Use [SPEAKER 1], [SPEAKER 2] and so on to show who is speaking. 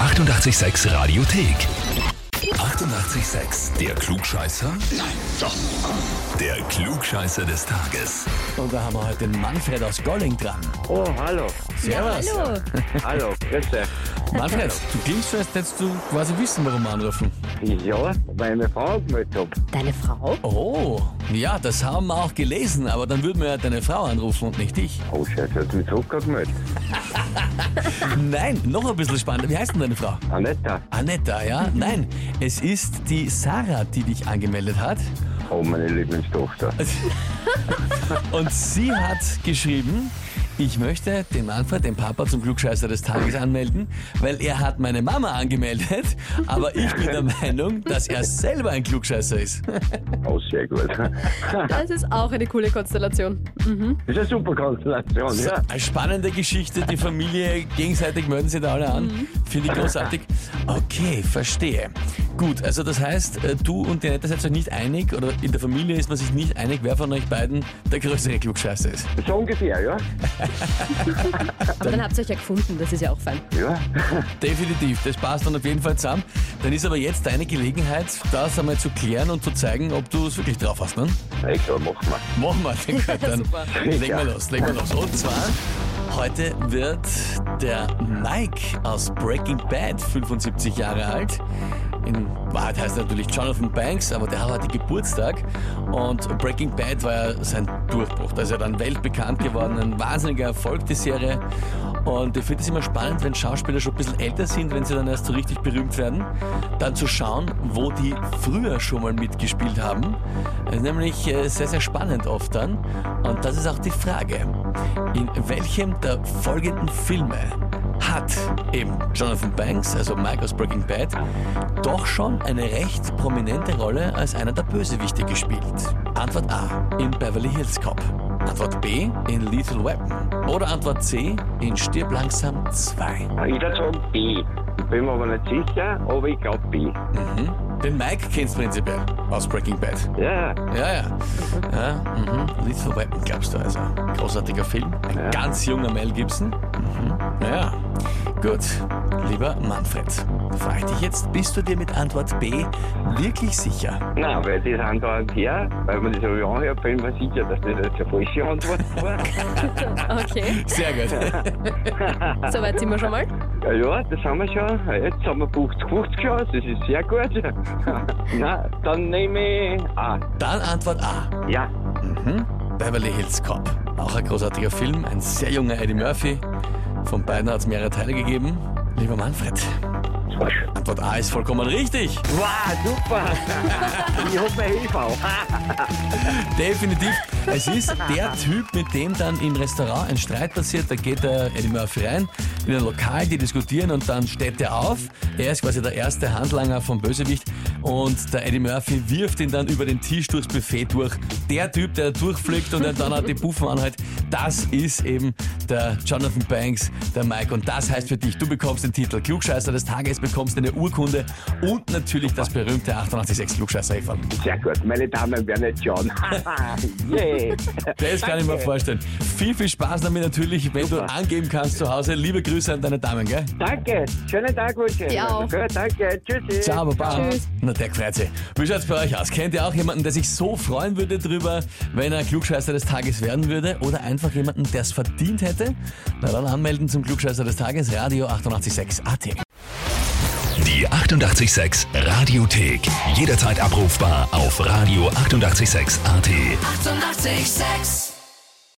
[SPEAKER 1] 886 Radiothek. 88,6. Der Klugscheißer? Nein, doch. Der Klugscheißer des Tages.
[SPEAKER 2] Und da haben wir heute den Manfred aus Golling dran.
[SPEAKER 3] Oh, hallo.
[SPEAKER 2] Servus.
[SPEAKER 4] Hallo.
[SPEAKER 3] Hallo, grüß dich.
[SPEAKER 2] Manfred, du klingst so, als hättest du quasi wissen, warum wir anrufen.
[SPEAKER 3] Ja, weil ich meine Frau gemeldet habe.
[SPEAKER 4] Deine Frau?
[SPEAKER 2] Oh, ja, das haben wir auch gelesen, aber dann würden wir ja deine Frau anrufen und nicht dich.
[SPEAKER 3] Oh, Scheiße, hat mich zurückgemeldet.
[SPEAKER 2] Nein, noch ein bisschen spannender. Wie heißt denn deine Frau?
[SPEAKER 3] Anetta.
[SPEAKER 2] Anetta, ja? Nein, es ist die Sarah, die dich angemeldet hat.
[SPEAKER 3] Oh, meine Lieblingstochter.
[SPEAKER 2] Und sie hat geschrieben, ich möchte den Manfred, den Papa zum Klugscheißer des Tages anmelden, weil er hat meine Mama angemeldet, aber ich bin der Meinung, dass er selber ein Klugscheißer ist.
[SPEAKER 3] Oh, sehr gut.
[SPEAKER 4] Das ist auch eine coole Konstellation.
[SPEAKER 3] Ist eine super Konstellation,
[SPEAKER 2] So,
[SPEAKER 3] ja.
[SPEAKER 2] Also eine spannende Geschichte, die Familie gegenseitig melden sie da alle an. Finde ich großartig. Okay, verstehe. Gut, also das heißt, äh, du und die Annette seid euch nicht einig oder in der Familie ist man sich nicht einig, wer von euch beiden der größere Klugscheißer ist.
[SPEAKER 3] So ungefähr, ja?
[SPEAKER 4] Aber dann habt ihr euch ja gefunden, das ist ja auch fein.
[SPEAKER 3] Ja.
[SPEAKER 2] Definitiv, das passt dann auf jeden Fall zusammen. Dann ist aber jetzt deine Gelegenheit, das einmal zu klären und zu zeigen, ob du es wirklich drauf hast. Ne?
[SPEAKER 3] Na, klar, machen wir.
[SPEAKER 2] Machen wir, den Gott, dann
[SPEAKER 4] Super.
[SPEAKER 2] legen wir los, legen wir los. Und zwar, heute wird der Mike aus Breaking Bad 75 Jahre alt. In Wahrheit heißt er natürlich Jonathan Banks, aber der hat heute Geburtstag. Und Breaking Bad war ja sein Durchbruch. Da ist er dann weltbekannt geworden, ein wahnsinniger Erfolg, die Serie. Und ich finde es immer spannend, wenn Schauspieler schon ein bisschen älter sind, wenn sie dann erst so richtig berühmt werden, dann zu schauen, wo die früher schon mal mitgespielt haben. Das ist nämlich äh, sehr, sehr spannend oft dann. Und das ist auch die Frage, in welchem der folgenden Filme hat eben Jonathan Banks, also Mike aus Breaking Bad, doch schon eine recht prominente Rolle als einer der Bösewichte gespielt? Antwort A. In Beverly Hills Cop. Antwort B. In Lethal Weapon. Oder Antwort C. In Stirb langsam 2.
[SPEAKER 3] Ich würde sagen B. Bin mir aber nicht sicher, aber ich glaube B.
[SPEAKER 2] Mhm. Den Mike kennst du prinzipiell aus Breaking Bad.
[SPEAKER 3] Ja,
[SPEAKER 2] Ja, ja. ja mhm. Lethal Weapon, glaubst du also. Großartiger Film. Ein
[SPEAKER 3] Ja.
[SPEAKER 2] ganz junger Mel Gibson. Mhm. Ja. Gut. Lieber Manfred, frage ich dich jetzt, bist du dir mit Antwort B wirklich sicher?
[SPEAKER 3] nein, weil das andauernd her, weil man das so anhört, bin ich mir sicher, dass das jetzt eine falsche Antwort war.
[SPEAKER 4] Okay,
[SPEAKER 2] Sehr gut.
[SPEAKER 4] soweit sind wir schon mal.
[SPEAKER 3] Ja, Ja, das haben wir schon. Jetzt haben wir 50-50 Chance, das ist sehr gut. Na, dann nehme ich A.
[SPEAKER 2] Dann Antwort A.
[SPEAKER 3] Ah, Ja,
[SPEAKER 2] Mhm. Beverly Hills Cop. Auch ein großartiger Film, ein sehr junger Eddie Murphy. Von beiden hat es mehrere Teile gegeben. Lieber Manfred,
[SPEAKER 3] falsch.
[SPEAKER 2] Antwort A ist vollkommen richtig.
[SPEAKER 3] Wow, super. ich hab meine Hilfe auch.
[SPEAKER 2] Definitiv. Es ist der Typ, mit dem dann im Restaurant ein Streit passiert. Da geht der Eddie Murphy rein in ein Lokal, die diskutieren und dann steht er auf. Er ist quasi der erste Handlanger vom Bösewicht und der Eddie Murphy wirft ihn dann über den Tisch durchs Buffet durch. Der Typ, der durchfliegt und dann hat die Puffen anhält, das ist eben der Jonathan Banks, der Mike. Und das heißt für dich, du bekommst den Titel Klugscheißer des Tages, bekommst eine Urkunde und natürlich das berühmte 886 klugscheißer -Eferl.
[SPEAKER 3] Sehr gut, meine Damen werden nicht schauen. yeah.
[SPEAKER 2] Das kann ich mir vorstellen. Viel, viel Spaß damit natürlich, wenn du
[SPEAKER 3] Super.
[SPEAKER 2] angeben kannst zu Hause. Liebe Grüße an deine Damen, gell?
[SPEAKER 3] Danke, schönen Tag wünsche ich.
[SPEAKER 4] Ja, auch.
[SPEAKER 3] Gut, danke, tschüssi.
[SPEAKER 2] Ciao, Baba.
[SPEAKER 4] Tschüss.
[SPEAKER 2] Na, der freut sich. Wie schaut's bei euch aus? Kennt ihr auch jemanden, der sich so freuen würde drüber, wenn er Klugscheißer des Tages werden würde? Oder einfach jemanden, der es verdient hätte? Na dann anmelden zum Klugscheißer des Tages, Radio 886 AT.
[SPEAKER 1] Die 88,6 Radiothek. Jederzeit abrufbar auf radio886.at. 88,6.
[SPEAKER 5] Eighty-eight, sex.